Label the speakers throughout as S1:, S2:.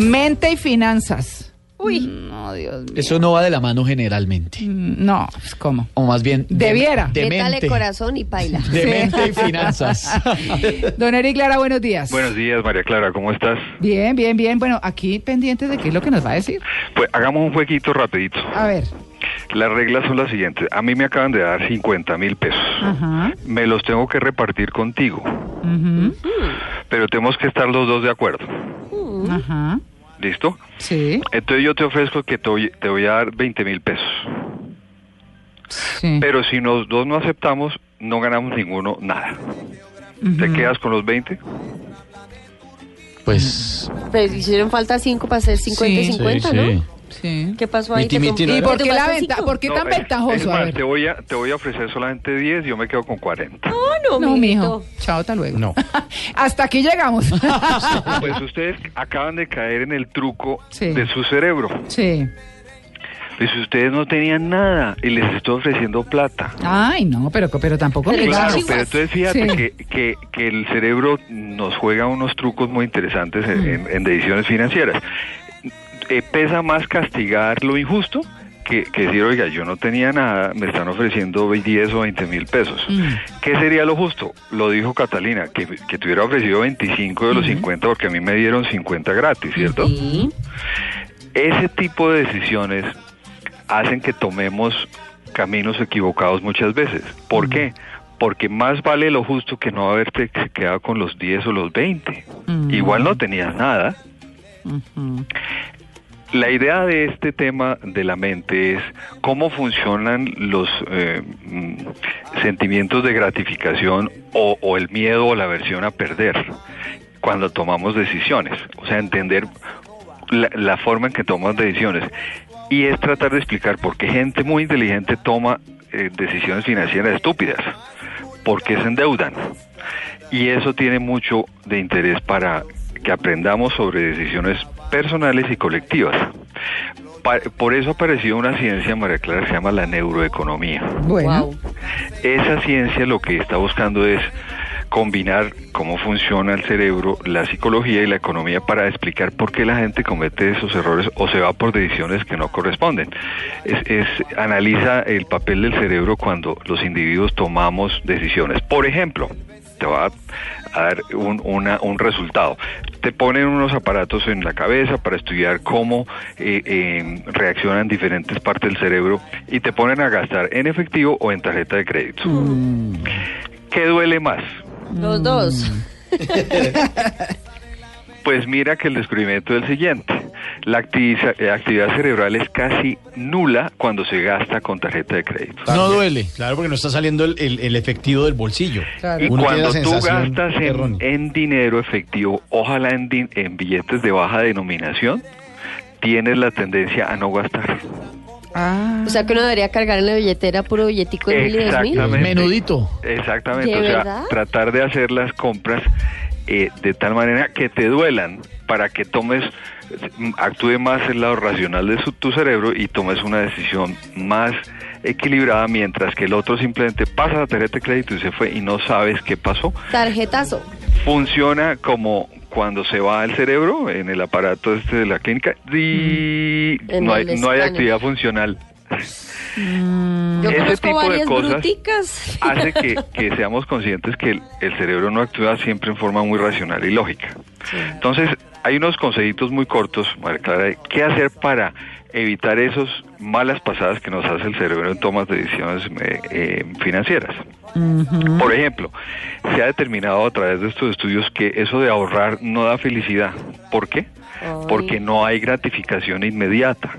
S1: Mente y finanzas. Uy,
S2: Eso no va de la mano generalmente.
S1: no, pues cómo.
S2: O más bien. de-
S1: Debiera.
S2: De
S3: Métale
S2: mente.
S3: corazón y paila.
S2: De mente y finanzas.
S1: Don Eric Lara, buenos días.
S4: Buenos días, María Clara, ¿cómo estás?
S1: Bien, bien, bien. Bueno, aquí pendientes de qué es lo que nos va a decir.
S4: Pues hagamos un jueguito rapidito.
S1: A ver.
S4: Las reglas son las siguientes. A mí me acaban de dar 50 mil pesos.
S1: Ajá.
S4: Me los tengo que repartir contigo. Pero tenemos que estar los dos de acuerdo.
S1: Uh. Ajá.
S4: ¿Listo?
S1: Sí.
S4: Entonces yo te ofrezco que te voy, te voy a dar 20 mil pesos.
S1: Sí.
S4: Pero si los dos no aceptamos, no ganamos ninguno nada. ¿Te quedas con los 20?
S2: Pues.
S3: Pero hicieron falta 5 para hacer 50
S1: Sí.
S3: y 50, ¿no?
S1: sí.
S3: ¿Qué pasó ahí?
S2: Miti,
S3: ¿Te
S2: miti,
S3: compl-
S2: ¿no?
S1: ¿Y
S2: ¿Y
S1: por
S3: te
S1: qué, la
S3: faltan
S1: venta,
S3: cinco?
S1: por qué
S4: No,
S1: tan
S4: es- es
S1: ventajoso? A
S4: más, te
S1: ver.
S4: voy a, te voy a ofrecer solamente 10, yo me quedo con 40.
S3: Ah, No,
S1: No,
S3: mijito.
S1: mijo. Chao, hasta luego.
S2: No.
S1: hasta aquí llegamos.
S4: Pues ustedes acaban de caer en el truco
S1: Sí.
S4: de su cerebro.
S1: sí.
S4: Pues ustedes no tenían nada y les estoy ofreciendo plata.
S1: Ay, no, pero, pero tampoco
S3: Pero
S1: me
S3: Claro.
S4: Claro,
S1: das.
S4: pero entonces fíjate
S1: Sí.
S4: que, que, que el cerebro nos juega unos trucos muy interesantes en, en- en decisiones financieras. Eh, pesa más castigar lo injusto que, que decir, oiga, yo no tenía nada, me están ofreciendo 10 o 20 mil pesos.
S1: Mm.
S4: ¿Qué sería lo justo? Lo dijo Catalina, que, que te hubiera ofrecido 25 de los 50 porque a mí me dieron 50 gratis, ¿cierto?
S3: Sí.
S4: Ese tipo de decisiones hacen que tomemos caminos equivocados muchas veces. ¿Por qué? Porque más vale lo justo que no haberte quedado con los 10 o los 20. Igual no tenías nada. La idea de este tema de la mente es cómo funcionan los eh, mm, sentimientos de gratificación o, o el miedo o la aversión a perder cuando tomamos decisiones. O sea, entender la, la forma en que tomas decisiones. Y es tratar de explicar por qué gente muy inteligente toma eh, decisiones financieras estúpidas. Por qué se endeudan. Y eso tiene mucho de interés para que aprendamos sobre decisiones personales y colectivas. Pa- por eso apareció una ciencia, María Clara, que se llama la neuroeconomía.
S1: Bueno.
S3: Wow.
S4: Esa ciencia lo que está buscando es combinar cómo funciona el cerebro, la psicología y la economía para explicar por qué la gente comete esos errores o se va por decisiones que no corresponden. Es, es- analiza el papel del cerebro cuando los individuos tomamos decisiones. Por ejemplo, te va a dar un, una- un resultado. Te ponen unos aparatos en la cabeza para estudiar cómo eh, eh, reaccionan diferentes partes del cerebro y te ponen a gastar en efectivo o en tarjeta de crédito. ¿Qué duele más?
S3: Los dos.
S4: Pues mira que el descubrimiento es el siguiente. La activiza- eh, actividad cerebral es casi nula cuando se gasta con tarjeta de crédito.
S5: No duele, claro, porque no está saliendo el, el- el efectivo del bolsillo.
S1: Claro.
S4: Y
S5: Uno tiene la
S4: cuando tú
S5: sensación
S4: gastas en,
S5: errónea.
S4: en dinero efectivo, ojalá en, din- en billetes de baja denominación, tienes la tendencia a no gastar.
S1: Ah.
S3: O sea que uno debería cargar en la billetera puro billetico de mil y dos mil.
S4: Exactamente.
S2: Menudito.
S4: Exactamente,
S3: ¿De
S4: o sea,
S3: verdad?
S4: tratar de hacer las compras eh, de tal manera que te duelan para que tomes, mm, actúe más el lado racional de su- tu cerebro y tomes una decisión más equilibrada, mientras que el otro simplemente pasa la tarjeta de crédito y se fue y no sabes qué pasó.
S3: Tarjetazo.
S4: Funciona como cuando se va al cerebro en el aparato este de la clínica y
S3: En
S4: no,
S3: el
S4: hay, no hay
S3: escáner.
S4: actividad funcional.
S3: Yo
S4: Ese
S3: conozco
S4: tipo de
S3: varias
S4: cosas-
S3: bruticas.
S4: hace que, que seamos conscientes que el, el cerebro no actúa siempre en forma muy racional y lógica. Entonces, hay unos consejitos muy cortos, María Clara, de qué hacer para evitar esas malas pasadas que nos hace el cerebro en tomas de decisiones eh, eh, financieras. Por ejemplo, se ha determinado a través de estos estudios que eso de ahorrar no da felicidad. ¿Por qué? Porque no hay gratificación inmediata.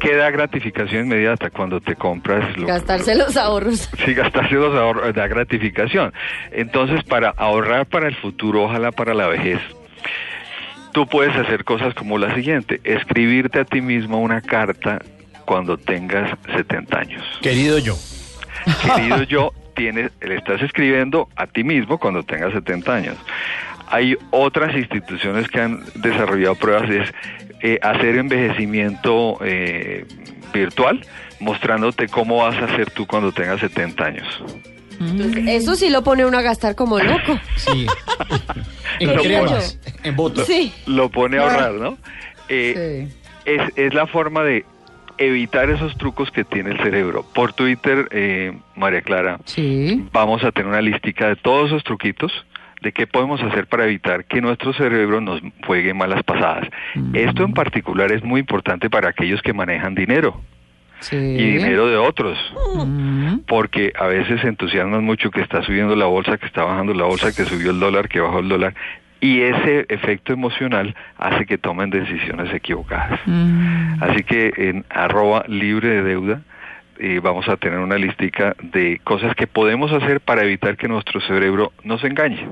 S4: ¿Qué da gratificación inmediata cuando te compras lo,
S3: Gastarse los ahorros.
S4: Sí, gastarse los ahorros da gratificación. Entonces, para ahorrar para el futuro, ojalá para la vejez, Tú puedes hacer cosas como la siguiente, escribirte a ti mismo una carta cuando tengas 70 años.
S5: Querido yo.
S4: Querido yo, tienes, le estás escribiendo a ti mismo cuando tengas 70 años. Hay otras instituciones que han desarrollado pruebas, es eh, hacer envejecimiento eh, virtual, mostrándote cómo vas a ser tú cuando tengas 70 años.
S3: Entonces, eso sí lo pone uno a gastar como loco.
S5: Sí. en
S3: Querido
S5: cremas, en votos.
S3: Sí.
S4: Lo pone a ahorrar, ¿no? Eh,
S1: Sí.
S4: es, es la forma de evitar esos trucos que tiene el cerebro. Por Twitter, eh, María Clara,
S1: Sí.
S4: vamos a tener una listica de todos esos truquitos de qué podemos hacer para evitar que nuestro cerebro nos juegue malas pasadas. Esto en particular es muy importante para aquellos que manejan dinero
S1: Sí. Mm.
S4: y dinero de otros, porque a veces se entusiasman mucho que está subiendo la bolsa, que está bajando la bolsa, que subió el dólar, que bajó el dólar, y ese efecto emocional hace que tomen decisiones equivocadas.
S1: Mm.
S4: Así que en arroba libre de deuda eh, vamos a tener una listica de cosas que podemos hacer para evitar que nuestro cerebro nos engañe.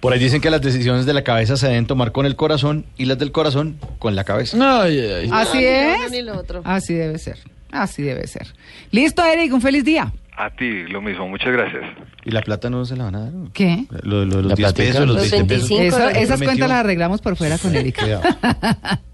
S5: Por ahí dicen que las decisiones de la cabeza se deben tomar con el corazón y las del corazón con la cabeza.
S2: Ay, ay, ay.
S1: Así
S3: ni lo uno
S1: es.
S3: ni lo otro.
S1: Así debe ser. Así debe ser. Listo, Eric, un feliz día.
S4: A ti lo mismo, muchas gracias.
S5: ¿Y la plata no se la van a dar? ¿o?
S1: ¿Qué?
S5: Lo, lo de los
S2: La
S5: 10
S2: platica.
S5: pesos, los
S3: Los
S5: 20
S3: 25.
S5: pesos.
S3: Cinco
S1: Eso-
S3: dólares.
S1: esas
S5: Prometió.
S1: cuentas las arreglamos por fuera con Eric.
S5: Cuidado.